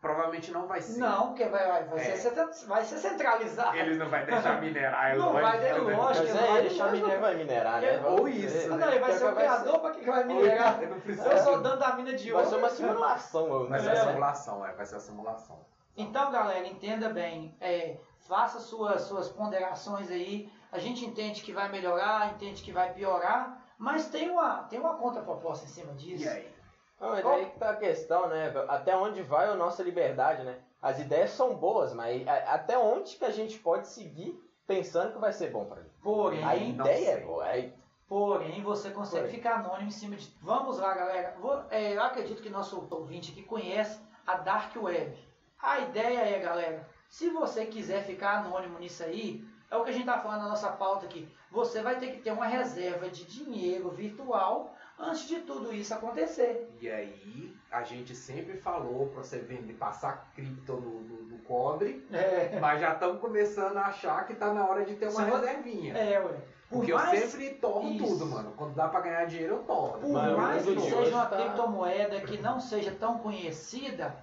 S1: provavelmente não vai ser.
S2: Não, porque vai, vai, vai
S1: É.
S2: ser, centra- vai ser centralizado.
S1: Eles não vai deixar minerar, é
S2: Não vai,
S1: lógico,
S2: é
S1: né?
S2: lógico.
S3: Mas
S2: que
S3: é,
S2: vai-
S3: ele já mine- vai minerar, né?
S1: Ou
S3: Vamos
S1: isso,
S3: ver.
S1: né?
S2: Ah, não, ele vai
S3: Pior
S2: ser o
S3: que vai
S2: criador, para que que vai minerar?
S1: Eu não preciso.
S2: Eu sou dono da mina de
S3: Vai
S2: ouro.
S3: ser uma simulação, mano.
S1: Vai ser
S2: É.
S1: a simulação, é, vai ser a simulação.
S2: Então, galera, entenda bem. é, faça suas, suas ponderações aí. A gente entende que vai melhorar, entende que vai piorar, mas tem uma, tem uma conta proposta em cima disso.
S1: E aí?
S3: Não, mas daí que tá a questão, né? Até onde vai a nossa liberdade, né? As ideias são boas, mas a- até onde que a gente pode seguir pensando que vai ser bom pra mim?
S2: Porém,
S3: A
S1: não
S3: ideia é
S1: sei.
S3: boa. aí-
S2: porém, você consegue
S3: Porém.
S2: ficar anônimo em cima de. Vamos lá, galera. Vou- é, eu acredito que nosso ouvinte aqui conhece a Dark Web. A ideia é, galera, se você quiser ficar anônimo nisso aí, é o que a gente tá falando na nossa pauta aqui. Você vai ter que ter uma reserva de dinheiro virtual antes de tudo isso acontecer.
S1: E aí, a gente sempre falou pra você vender, passar cripto no, no, no cobre,
S2: É,
S1: mas já estamos começando a achar que tá na hora de ter uma
S2: Sim.
S1: reservinha.
S2: é ué. Por
S1: Porque
S2: mais,
S1: eu sempre torro
S2: Isso.
S1: tudo, mano. Quando dá pra ganhar dinheiro, eu torro.
S2: por
S3: Mas o
S2: mais
S3: mundo
S2: que
S3: de
S2: seja
S3: hoje
S2: uma
S3: tá-
S2: criptomoeda que não seja tão conhecida,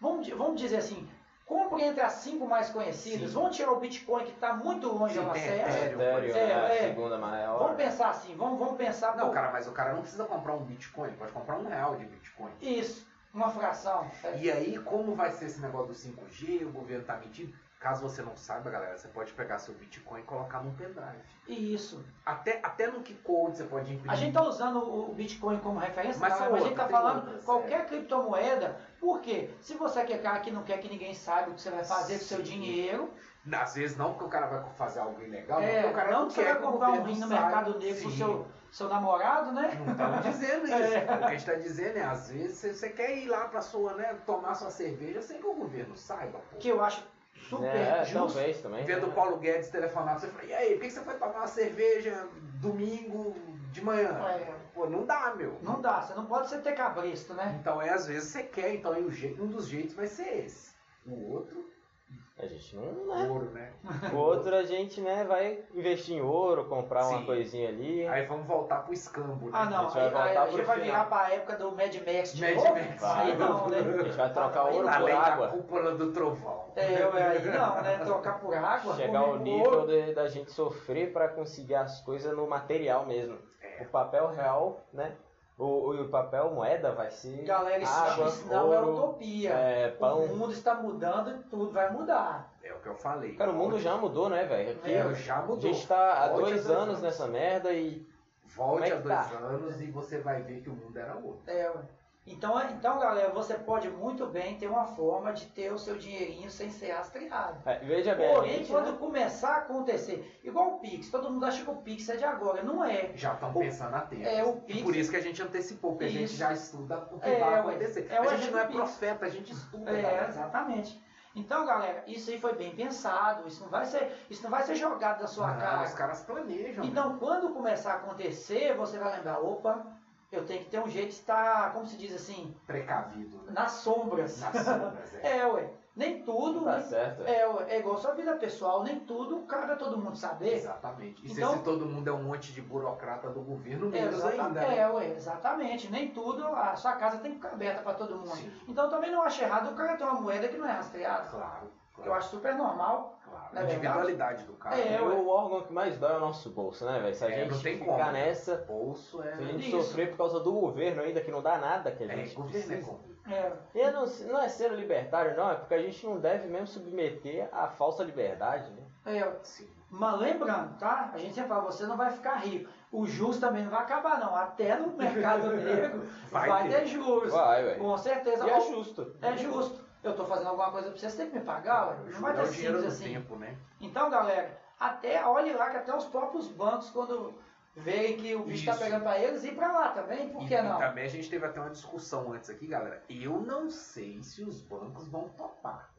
S2: vamos, di- vamos dizer assim, compre entre as cinco mais conhecidas,
S1: Sim.
S2: vamos tirar o Bitcoin que está muito longe
S1: Sim,
S2: do
S1: tem
S2: acesso,
S1: Ethereum.
S3: Ethereum,
S2: é,
S3: né?
S2: é.
S3: A segunda maior.
S2: vamos pensar assim, vamos, vamos pensar,
S1: Não,
S2: pô,
S1: cara, mas o cara não precisa comprar um Bitcoin, pode comprar um real de Bitcoin.
S2: isso, uma fração, é,
S1: E aí, como vai ser esse negócio do 5G, o governo tá mentindo? Caso você não saiba, galera, você pode pegar seu Bitcoin e colocar num pendrive.
S2: e isso.
S1: Até, até no que code você pode imprimir.
S2: A gente está usando o o Bitcoin como referência,
S1: Mas
S2: mas,
S1: são
S2: mas a gente
S1: outras,
S2: está
S1: tem É.
S2: falando
S1: outras,
S2: qualquer criptomoeda, porque se você quer cara que não quer que ninguém saiba o que você vai fazer com o seu
S1: Sim.
S2: dinheiro,
S1: é. Às vezes não porque o cara vai fazer algo ilegal,
S2: É,
S1: mas porque o cara
S2: não
S1: não,
S2: que você
S1: quer
S2: vai comprar um
S1: governo
S2: rim no
S1: saiba.
S2: mercado negro pro
S1: Sim.
S2: seu, seu namorado, né?
S1: Não estamos dizendo isso.
S2: É.
S1: O que a gente está dizendo é, às vezes, você, você quer ir lá pra sua, né, tomar sua cerveja sem que o governo saiba, pô.
S2: Que eu acho super
S3: É,
S2: justo.
S3: talvez também.
S1: Vendo o
S3: né?
S1: Paulo Guedes telefonar, você fala, e aí, por que que você foi tomar uma cerveja domingo de manhã?
S2: É.
S1: Pô, não dá, meu.
S2: Não dá, você não pode ser ter cabresto, né?
S1: Então é às vezes você quer, então aí o jeito- um dos jeitos vai ser esse. O outro
S3: A gente não, né?
S1: Ouro, né?
S3: O outro a gente, né, vai investir em ouro, comprar uma
S1: Sim.
S3: coisinha ali.
S1: Aí vamos voltar pro escambo, né?
S2: Ah, não.
S3: A gente
S2: Aí,
S3: vai
S2: aí a gente
S3: voltar
S2: vai,
S3: pro final.
S2: virar pra época do Mad Max de
S1: Mad
S2: novo?
S1: Max.
S2: Aí não, né?
S3: A gente vai trocar
S2: Aí
S3: ouro
S2: não.
S3: por
S1: Além da
S3: água.
S1: cúpula do trovão.
S2: É, eu- aí não, né? Trocar por água.
S3: Chegar ao
S2: comer um
S3: nível
S2: ouro.
S3: de- da gente sofrer para conseguir as coisas no material mesmo.
S2: É.
S3: O papel real, né? O, o- o papel moeda vai ser
S2: Galera, isso,
S3: água,
S2: isso não é
S3: ouro,
S2: utopia.
S3: é,
S2: O
S3: pão.
S2: mundo está mudando e tudo vai mudar.
S1: É o que eu falei.
S3: Cara, o mundo já mudou, né, velho? Aqui,
S2: É,
S3: ó,
S1: já
S3: a
S1: mudou.
S3: gente tá há
S1: Volte
S3: dois
S1: a dois
S3: anos
S1: anos.
S3: nessa merda e
S1: Volte
S3: Como é que
S1: a dois
S3: tá?
S1: anos e você vai ver que o mundo era outro.
S2: É, ué. então, é- então, galera, você pode muito bem ter uma forma de ter o seu dinheirinho sem ser rastreado.
S3: é, veja bem, a
S2: Porém,
S3: gente,
S2: quando
S3: né?
S2: começar a acontecer, igual o Pix, todo mundo acha que o Pix é de agora, não é.
S1: Já estão
S2: O-
S1: pensando a tempo.
S2: É, o
S1: E
S2: Pix
S1: por isso que a gente antecipou, porque a gente
S2: Isso.
S1: já estuda o que
S2: É,
S1: vai
S2: ué.
S1: acontecer.
S2: É o
S1: a gente
S2: agente
S1: não é
S2: do Pix.
S1: profeta, a gente estuda.
S2: É,
S1: cara.
S2: exatamente. Então, galera, isso aí foi bem pensado. Isso não vai ser, isso não vai ser jogado da sua
S1: Não,
S2: cara.
S1: Ah, Os caras planejam. né?
S2: Então, quando começar a acontecer, você vai lembrar, opa, eu tenho que ter um jeito de estar, como se diz assim,
S1: Precavido. Né?
S2: nas sombras.
S1: Nas sombras, é.
S2: É, ué. Nem tudo,
S3: tá
S2: nem-
S3: certo.
S2: é, ué, é igual sua vida pessoal, nem tudo cabe a todo mundo saber.
S1: Exatamente. E
S2: Então-
S1: se esse todo mundo é um monte de burocrata do governo,
S2: É,
S1: menos
S2: exata-
S1: ainda. né?
S2: é, ué, exatamente. Nem tudo, a sua casa tem que ficar aberta para todo mundo.
S1: Sim. Ah,
S2: Então também não acho errado o cara ter uma moeda que não é rastreada.
S1: Claro, claro.
S2: Eu acho super normal.
S1: claro.
S2: não é
S1: Individualidade do cara.
S2: É,
S3: E o órgão que mais dói é o nosso bolso, né, velho? Se a
S1: É,
S3: gente
S1: não tem
S3: ficar
S1: como.
S3: nessa,
S1: O bolso é.
S3: se a gente
S2: Isso.
S3: sofrer por causa do governo ainda, que não dá nada que a
S1: É,
S3: gente
S1: governo é
S3: precisa.
S1: complicado.
S2: É,
S3: né? E não, não é ser libertário, não, é porque a gente não deve mesmo submeter à falsa liberdade, né?
S2: é,
S1: Sim.
S2: mas lembrando, tá? A gente sempre fala, você não vai ficar rico. O juros também não vai acabar, não. Até no mercado negro vai,
S1: Vai
S2: ter.
S1: ter.
S2: juros.
S3: Vai, velho.
S2: Com certeza.
S3: E é justo.
S2: É justo. Eu tô fazendo alguma coisa pra vocês, vocês têm que me pagar, ué. Não vai
S1: né? é
S2: ter
S1: o dinheiro
S2: simples
S1: do
S2: assim.
S1: tempo, né?
S2: Então, galera, até olhe lá que até os próprios bancos, quando veem que o bicho tá
S1: Isso.
S2: pegando pra eles, ir pra lá também, por
S1: E- tá-
S2: que
S1: e
S2: não?
S1: também a gente teve até uma discussão antes aqui, galera. Eu não sei se os bancos vão topar.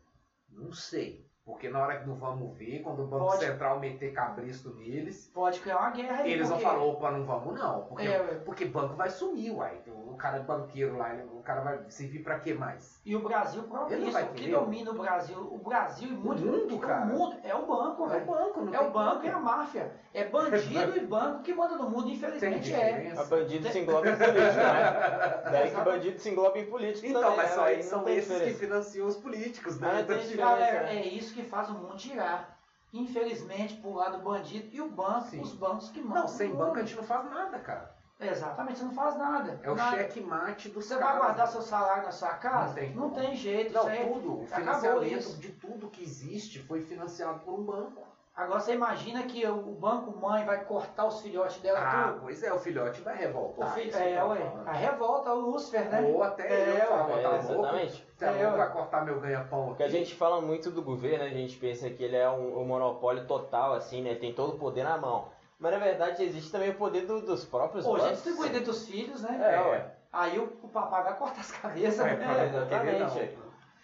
S1: Não sei. Porque na hora que não vamos ver, quando o Banco
S2: Pode.
S1: Central meter cabresto neles,
S2: Pode criar uma guerra aí.
S1: eles vão
S2: porque-
S1: falar, opa, não vamos não. Porque,
S2: É, ué.
S1: porque banco vai sumir, uai. Então, O cara é banqueiro lá, ele- o cara vai servir pra quê mais?
S2: E o Brasil
S1: Ele
S2: próprio
S1: não
S2: isso.
S1: vai
S2: O que
S1: querer.
S2: domina o Brasil? O Brasil e muito
S1: mundo,
S2: o
S1: cara.
S2: mundo é o banco,
S1: É o
S2: velho.
S1: banco, não
S2: É
S1: tem
S2: o banco
S1: como.
S2: e a máfia. É bandido e banco que manda no mundo,
S1: Tem
S2: infelizmente é.
S1: diferença.
S3: A bandido se engloba em político, né? Daí que
S2: Exato.
S3: bandido se engloba em político
S1: Então,
S3: também,
S1: mas
S3: né,
S1: só
S3: velho?
S1: eles
S3: Não
S1: são
S3: tem
S1: esses que
S3: diferença.
S1: financiam os políticos, né?
S3: Ah, não
S1: Então,
S3: tem diferença.
S2: Galera, é isso que faz o mundo girar. Infelizmente, pro lado bandido e o banco,
S1: Sim.
S2: os bancos que mandam.
S1: Não, sem
S2: no
S1: banco a
S2: mundo.
S1: gente não faz nada, cara.
S2: Exatamente, você não faz nada.
S1: É o
S2: Nada.
S1: cheque mate do
S2: Você vai guardar seu salário na sua casa?
S1: Não tem
S2: Não
S1: como.
S2: tem jeito.
S1: Não,
S2: isso aí- é
S1: tudo. O
S2: Acabou
S1: financiamento
S2: isso.
S1: de tudo que existe foi financiado por um banco.
S2: Agora você imagina que o banco mãe vai cortar os filhotes dela
S1: Ah,
S2: tudo.
S1: pois é, o filhote vai
S2: O
S1: revoltar.
S2: fi-
S1: isso tá que
S2: é,
S1: eu tô
S2: ué,
S1: falando.
S2: a revolta, o Lúcifer, né?
S1: Ou até
S2: É,
S1: eu falo,
S3: É,
S1: tá louco?
S3: exatamente.
S1: Tá
S2: É,
S1: louco?
S2: ué.
S1: Vai cortar meu ganha-pão
S3: Porque a gente fala muito do governo, a gente pensa que ele é um, um monopólio total, assim, né? Tem todo o poder na mão. Mas na verdade existe também o poder do- dos próprios
S2: Hoje eles
S3: bancos.
S2: distribuem dentro dos filhos, né?
S3: É, ué.
S2: Aí o, o papai vai cortar as cabeças.
S1: Vai,
S2: né?
S1: vai,
S3: exatamente.
S1: vai querer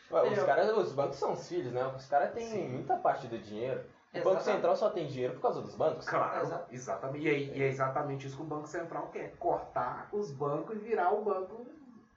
S1: não.
S3: Ué, os,
S2: Eu-
S3: caras- os bancos são os filhos, né? Os caras têm
S1: né? Sim.
S3: muita parte do dinheiro. O Banco
S2: Exatamente.
S3: Central só tem dinheiro por causa dos bancos.
S1: Claro,
S2: Exa-
S1: exatamente. E, aí- e é exatamente isso que o Banco Central quer: cortar os bancos e virar o banco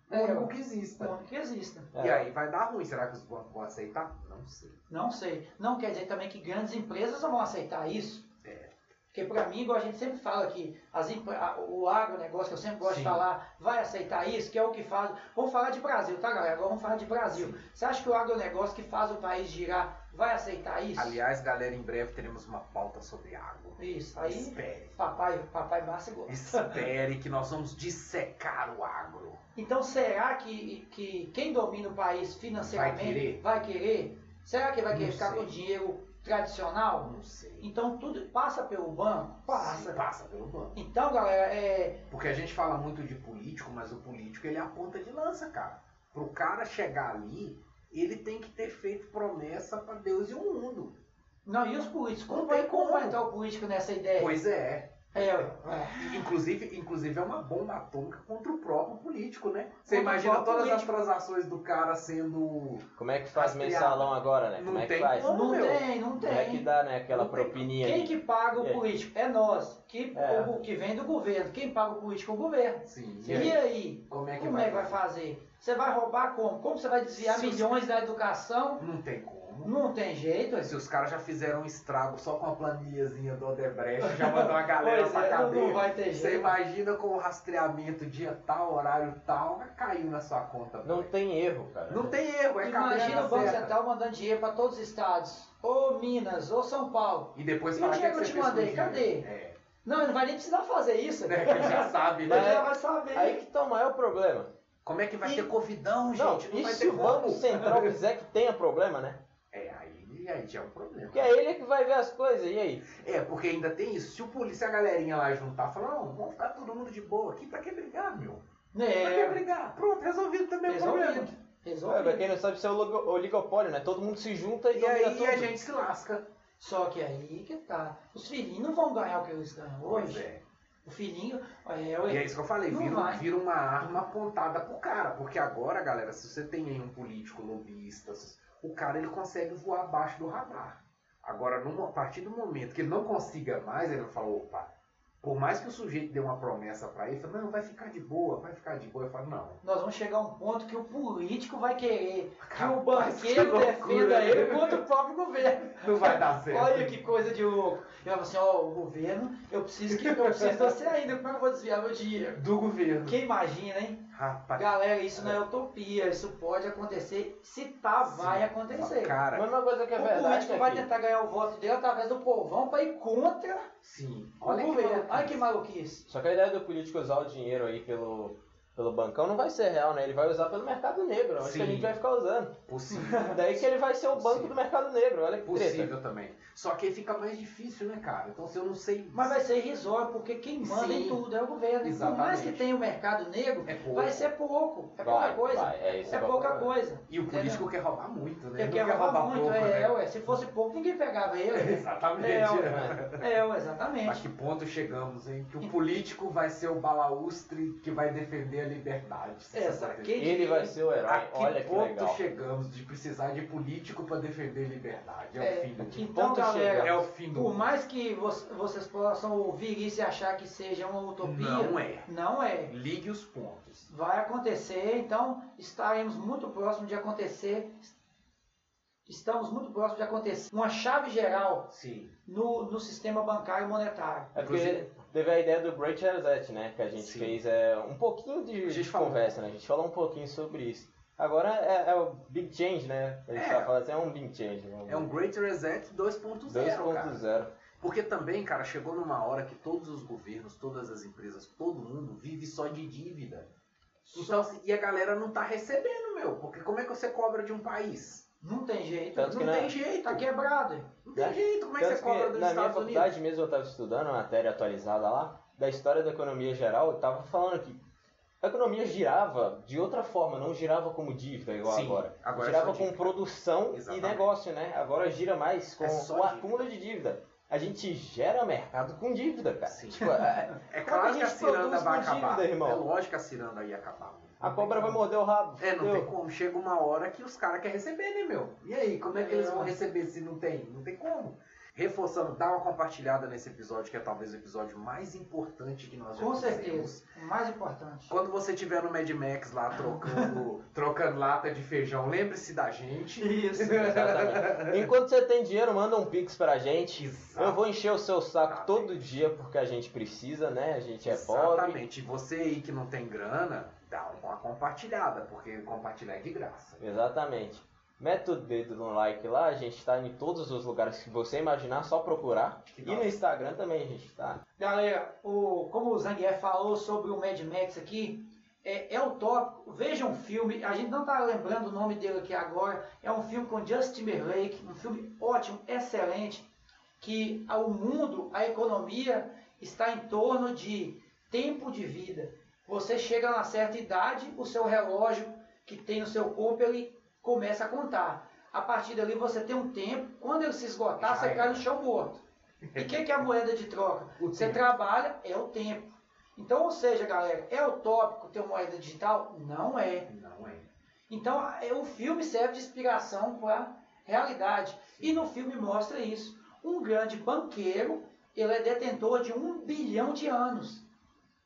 S2: É,
S1: único
S2: ué.
S1: que exista.
S2: Como que exista.
S1: E
S3: É.
S1: aí vai dar ruim. Será que os bancos vão aceitar? Não sei.
S2: Não sei. Não quer dizer também que grandes empresas não vão aceitar isso.
S1: É.
S2: Porque para mim, igual a gente sempre fala que as empre- a- o agronegócio, que eu sempre gosto de
S1: Sim.
S2: falar, vai aceitar isso, que é o que faz. Vamos falar de Brasil, tá, galera? Agora vamos falar de Brasil. Você acha que o agronegócio que faz o país girar vai aceitar isso?
S1: Aliás, galera, em breve teremos uma pauta sobre água.
S2: Isso. Aí,
S1: Espere.
S2: papai, papai Márcio gosta.
S1: Espere que nós vamos dissecar o agro.
S2: Então será que, que quem domina o país financeiramente vai
S1: Vai
S2: querer?
S1: querer?
S2: Será que vai querer
S1: Não
S2: ficar
S1: sei.
S2: com dinheiro tradicional?
S1: Não sei.
S2: Então tudo passa pelo banco? Passa.
S1: Sim, passa pelo banco.
S2: Então, galera, é.
S1: Porque a gente fala muito de político, mas o político ele é a ponta de lança, cara. Pro cara chegar ali, ele tem que ter feito promessa pra Deus e o mundo.
S2: Não, e os políticos? Como
S1: Não
S2: vai,
S1: tem
S2: como vai
S1: como.
S2: entrar o político nessa ideia?
S1: Pois é.
S2: É, é.
S1: E, Inclusive, inclusive é uma bomba atômica contra o próprio político, né? Você
S2: Contra o
S1: imagina
S2: próprio
S1: todas as
S2: político.
S1: transações do cara sendo.
S3: Como é que faz
S1: Rastreado.
S3: mensalão agora, né?
S1: Não
S3: Como é que
S1: tem
S3: faz?
S1: como,
S2: não
S1: meu.
S2: tem, não
S3: Como é que
S2: tem.
S3: dá, né? Aquela
S1: Não tem
S3: propininha
S2: Quem
S3: ali.
S2: que paga o
S3: É.
S2: político? É nós. Que,
S3: É.
S2: o, que vem do governo. Quem paga o político é o governo.
S1: Sim.
S2: E aí?
S1: assim, Como é que
S2: Como é
S1: vai?
S2: que vai fazer? Você vai roubar como? Como você vai desviar
S1: Se os-
S2: milhões da educação?
S1: Não tem como.
S2: Não tem jeito.
S1: Se os caras já fizeram um estrago só com a planilhazinha do Odebrecht, já mandou a galera
S2: Pois
S1: pra
S2: é, não,
S1: cadeia.
S2: não vai ter
S1: Você
S2: jeito.
S1: imagina com o rastreamento dia tal, horário tal, mas caiu na sua conta.
S3: Não
S1: velho.
S3: tem erro, cara.
S1: não tem erro, é
S2: Imagina o
S1: cadeia
S2: Banco
S1: na certa.
S2: Central mandando dinheiro para todos os estados. Ou Minas, ou São Paulo.
S1: E depois
S2: E
S1: fala
S2: o
S1: o que, é que você
S2: dinheiro que eu te
S1: fez com o
S2: mandei,
S1: dinheiro?" É,
S2: Não, ele não vai nem precisar fazer isso.
S1: né, que já sabe,
S2: Ele
S1: né?
S2: já vai saber.
S3: Aí que tá o maior problema.
S1: Como é que vai
S3: E-
S1: ter covidão, gente?
S3: Não,
S1: vai ter
S3: e se o Banco Central quiser que tenha problema, né?
S1: É, aí, aí já é um problema.
S3: Porque é ele que vai ver as coisas, e aí?
S1: É, porque ainda tem isso. Se o polícia, a galerinha lá juntar, falar, não, vamos ficar todo mundo de boa aqui, pra que brigar, meu? Pra que
S2: É,
S1: brigar? Pronto, resolvido também o problema.
S2: resolvido.
S3: É, pra
S2: Resolvido.
S3: quem não sabe, isso é o oligo- oligopólio, né? Todo mundo se junta e,
S1: E
S3: domina
S1: aí
S3: tudo.
S1: a gente se lasca.
S2: Só que aí que tá. Os filhinhos não vão ganhar o que eles ganham
S1: Pois
S2: hoje.
S1: é.
S2: O filhinho. É,
S1: E
S2: ué,
S1: é isso que eu falei,
S2: Não
S1: vira,
S2: vai.
S1: vira uma arma apontada pro cara. Porque agora, galera, se você tem aí um político lobista, o cara ele consegue voar abaixo do radar. Agora, numa- a partir do momento que ele não consiga mais, ele vai falar, opa, por mais que o sujeito dê uma promessa pra ele, ele fala, não, vai ficar de boa, vai ficar de boa. Eu falo, não.
S2: nós vamos chegar a um ponto que o político vai querer que o
S1: Rapaz, que
S2: banqueiro
S1: loucura,
S2: defenda
S1: né? é.
S2: ele contra o próprio governo.
S1: Não vai dar certo.
S2: Olha que coisa de louco. Eu falo assim, ó, o governo, eu preciso que eu preciso de você ainda. Como é que eu vou desviar meu dinheiro?
S1: Do governo.
S2: Quem imagina, hein?
S1: Rapaz,
S2: Galera, isso não é utopia, isso pode acontecer, se tá, vai acontecer.
S1: cara,
S3: Mas uma coisa que é
S2: o
S3: verdade
S2: político
S3: é
S2: vai
S3: que...
S2: tentar ganhar o voto dele através do povão pra ir contra
S1: sim.
S2: o
S1: Olha que
S2: governo.
S1: maluquice.
S2: Olha que maluquice.
S3: Só que a ideia do político usar o dinheiro aí pelo, pelo bancão não vai ser real, né? Ele vai usar pelo mercado negro, é onde
S1: Sim.
S3: que a gente vai ficar usando.
S1: Possível.
S3: Daí que ele vai ser o banco
S1: Sim.
S3: do mercado negro, olha que treta.
S1: É Possível também. Só que aí fica mais difícil, né, cara? Então, se eu não sei...
S2: Mas vai ser irrisório, porque quem manda
S1: Sim.
S2: em tudo é o governo. E Por mais
S1: Exatamente.
S2: que tenha o mercado negro,
S1: É pouco.
S2: vai ser pouco. É pouca
S3: Vai,
S2: coisa.
S3: vai, é isso
S2: É
S3: que eu
S2: pouca
S3: falo.
S2: coisa.
S1: E o político quer roubar muito, né?
S2: Ele
S1: Não
S2: quer roubar muito,
S1: pouco,
S2: é,
S1: né?
S2: ué. Se fosse pouco, ninguém pegava ele.
S1: Exatamente.
S2: É,
S1: né?
S2: é, ué,
S1: A
S2: exatamente.
S1: que ponto chegamos, hein? Que o político vai ser o balaustre que vai defender a liberdade. se
S2: É,
S1: você
S2: sabe,
S1: sabe?
S2: quem-
S3: Ele vai ser o herói,
S1: A que
S3: olha que
S1: ponto
S3: legal.
S1: chegamos de precisar de político pra defender a liberdade? É,
S2: É,
S1: o fim do mundo.
S2: Então,
S3: ponto
S2: galera,
S1: É o fim do
S2: Por
S1: mundo.
S2: mais que vo- vocês possam ouvir isso e achar que seja uma utopia,
S1: Não é.
S2: não é.
S1: Ligue os pontos.
S2: Vai acontecer, então estaremos muito próximo de acontecer. Estamos muito próximo de acontecer uma chave geral
S1: Sim.
S2: no, no sistema bancário e monetário.
S3: É porque teve a ideia do Break Reset, né? Que a gente
S1: Sim.
S3: fez é, um pouquinho de,
S1: A gente
S3: de
S1: falou.
S3: conversa, né? A gente falou um pouquinho sobre isso. Agora é, é o Big Change, né? A
S1: É.
S3: gente tava falando assim, é um Big Change.
S1: É um Great Reset 2.0, cara.
S3: 2.0.
S1: Porque também, cara, chegou numa hora que todos os governos, todas as empresas, todo mundo vive só de dívida. Então, se- e a galera não tá recebendo, meu. Porque como é que você cobra de um país?
S2: Não tem jeito.
S3: Tanto
S1: não
S3: que
S1: tem
S3: na-
S1: jeito.
S2: Tá quebrado.
S1: Não tem
S3: né?
S1: jeito. Como é que
S3: Tanto
S1: você cobra
S3: que
S1: dos
S3: na minha
S1: Estados
S3: faculdade
S1: Unidos?
S3: mesmo eu estava estudando uma matéria atualizada lá, da história da economia geral, eu tava falando que a economia girava de outra forma, não girava como dívida igual
S1: Sim,
S3: agora.
S1: agora é
S3: girava
S1: só
S3: com
S1: dívida.
S3: produção
S1: Exatamente.
S3: e negócio, né? Agora gira mais com
S1: É só
S3: o
S1: dívida.
S3: acúmulo de dívida. A gente gera mercado com dívida, cara.
S1: Sim.
S3: Tipo, a,
S1: É claro
S3: Como que
S1: que
S3: a
S1: a
S3: gente
S1: ciranda
S3: produz
S1: vai
S3: com dívida,
S1: acabar.
S3: irmão?
S1: É lógico que a ciranda ia acabar. meu.
S3: a
S1: Não
S3: cobra
S1: tem
S3: vai
S1: como.
S3: morder o rabo.
S1: É, não
S3: fudeu.
S1: tem como. Chega uma hora que os caras querem receber, né, meu? E aí, como é que eles vão receber se não tem? Não tem como. Reforçando, dá uma compartilhada nesse episódio, que é talvez o episódio mais importante que nós já
S2: Com
S1: fizemos.
S2: certeza. O mais importante.
S1: Quando você estiver no Mad Max lá trocando, trocando lata de feijão, lembre-se da gente.
S2: Isso.
S3: Exatamente. Enquanto você tem dinheiro, manda um pix pra gente. Eu
S1: Exato.
S3: vou encher o seu saco
S1: Exatamente.
S3: todo dia porque a gente precisa, né? A gente é pobre.
S1: Exatamente. E você aí que não tem grana, dá uma compartilhada, porque compartilhar é de graça.
S3: Exatamente. Mete o dedo no like lá, a gente tá em todos os lugares que você imaginar, só procurar.
S1: Que
S3: E
S1: da
S3: no Instagram também a gente tá.
S2: Galera, o, como o Zangief falou sobre o Mad Max aqui, é, é o tópico. Vejam um filme, a gente não tá lembrando o nome dele aqui agora. É um filme com Justin Timberlake, um filme ótimo, excelente, que a- o mundo, a economia está em torno de tempo de vida. Você chega a uma certa idade, o seu relógio que tem no seu corpo, ele começa a contar. A partir dali você tem um tempo, quando ele se esgotar,
S1: Já
S2: você
S1: era.
S2: cai no chão morto. E o que, que é a moeda de troca?
S1: O
S2: Você
S1: tempo.
S2: trabalha, é o tempo. Então, ou seja, galera, é utópico ter moeda digital? Não é.
S1: Não é.
S2: Então, é- o filme serve de inspiração para realidade. E no filme mostra isso. Um grande banqueiro, ele é detentor de um bilhão de anos.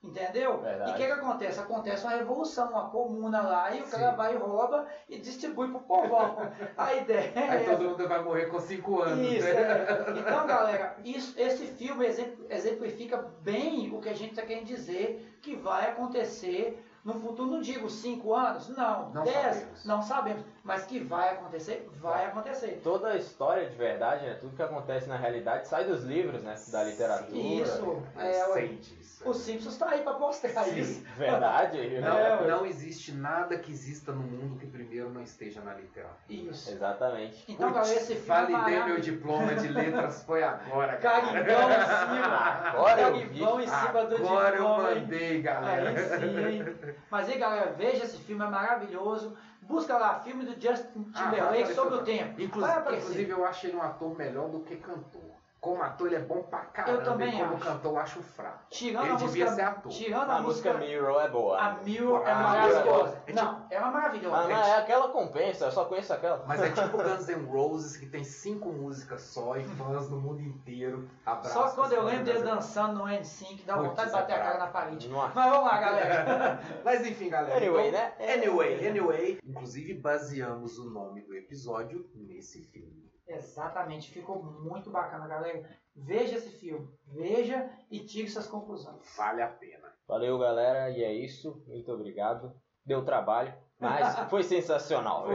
S2: Entendeu?
S3: Verdade.
S2: E o que, que acontece? Acontece uma revolução, uma comuna lá, e o
S1: Sim.
S2: cara vai e rouba e distribui pro povão. A ideia é
S1: Aí
S2: essa.
S1: todo mundo vai morrer com 5 anos,
S2: Isso,
S1: né?
S2: é. Então, galera, isso- esse filme exemp- exemplifica bem o que a gente está querendo dizer que vai acontecer no futuro. Não digo 5 anos, não.
S1: Não
S2: 10,
S1: sabemos.
S2: não sabemos. Mas que vai acontecer, vai acontecer.
S3: Toda a história de verdade, né? Tudo que acontece na realidade sai dos livros, né? Da literatura.
S2: Isso.
S1: Eu
S2: É, ué.
S1: sei disso.
S2: O Simpsons está aí para mostrar
S1: Sim.
S2: isso.
S3: Verdade.
S1: né?
S2: é,
S3: né?
S1: Não, é não existe nada que exista no mundo que primeiro não esteja na literatura.
S2: Isso.
S3: Exatamente.
S2: Então, galera, esse filme é
S1: Validei meu
S2: maravilhoso.
S1: diploma de letras, foi agora, cara.
S2: Caribão em cima.
S3: Agora eu
S2: Caribão em cima do
S1: Agora eu
S2: diploma, hein?
S1: mandei,
S2: Aí
S1: galera.
S2: sim, hein? Mas aí, galera, veja esse filme, é maravilhoso. Busca lá, filme do Justin
S1: Ah,
S2: Timberlake
S1: vai aparecer.
S2: sobre o tempo.
S1: Inclusive,
S2: vai aparecer.
S1: inclusive, eu acho ele um ator melhor do que cantor. Como ator, ele é bom pra caramba.
S2: Eu também
S1: e como
S2: acho.
S1: cantor, eu acho fraco.
S2: tirando
S1: ele
S2: a
S1: devia ser
S2: música,
S1: ator.
S2: tirando
S3: A música Mirror é boa.
S2: a Mil é
S1: Ah,
S2: maravilhosa.
S1: é
S2: Não, ela é
S3: Ah,
S2: maravilhosa.
S3: não, é aquela compensa, eu só conheço aquela.
S1: Mas é tipo Guns N' Roses, que tem cinco músicas só e fãs no mundo inteiro. Abraço.
S2: Só quando eu
S1: pros
S2: lembro dele
S1: fãs.
S2: dançando no N5, dá vontade
S1: Putz,
S2: de bater
S1: é
S2: a cara
S1: brabo.
S2: na parede.
S3: Nossa.
S2: Mas vamos lá, galera.
S1: Mas enfim, galera.
S3: Anyway, né?
S1: então, Anyway, anyway. Inclusive, baseamos o nome do episódio nesse filme.
S2: Exatamente, ficou muito bacana, galera. Veja esse filme, veja e tire suas conclusões.
S1: Vale a pena.
S3: Valeu, galera, e é isso. Muito obrigado. Deu trabalho, mas foi sensacional.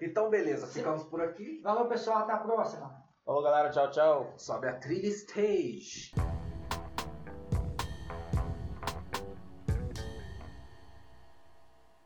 S1: então, beleza.
S2: Sim.
S1: Ficamos por aqui.
S2: Valeu, pessoal, até a próxima.
S3: Falou, galera. Tchau, tchau.
S1: Sobe a trilha stage.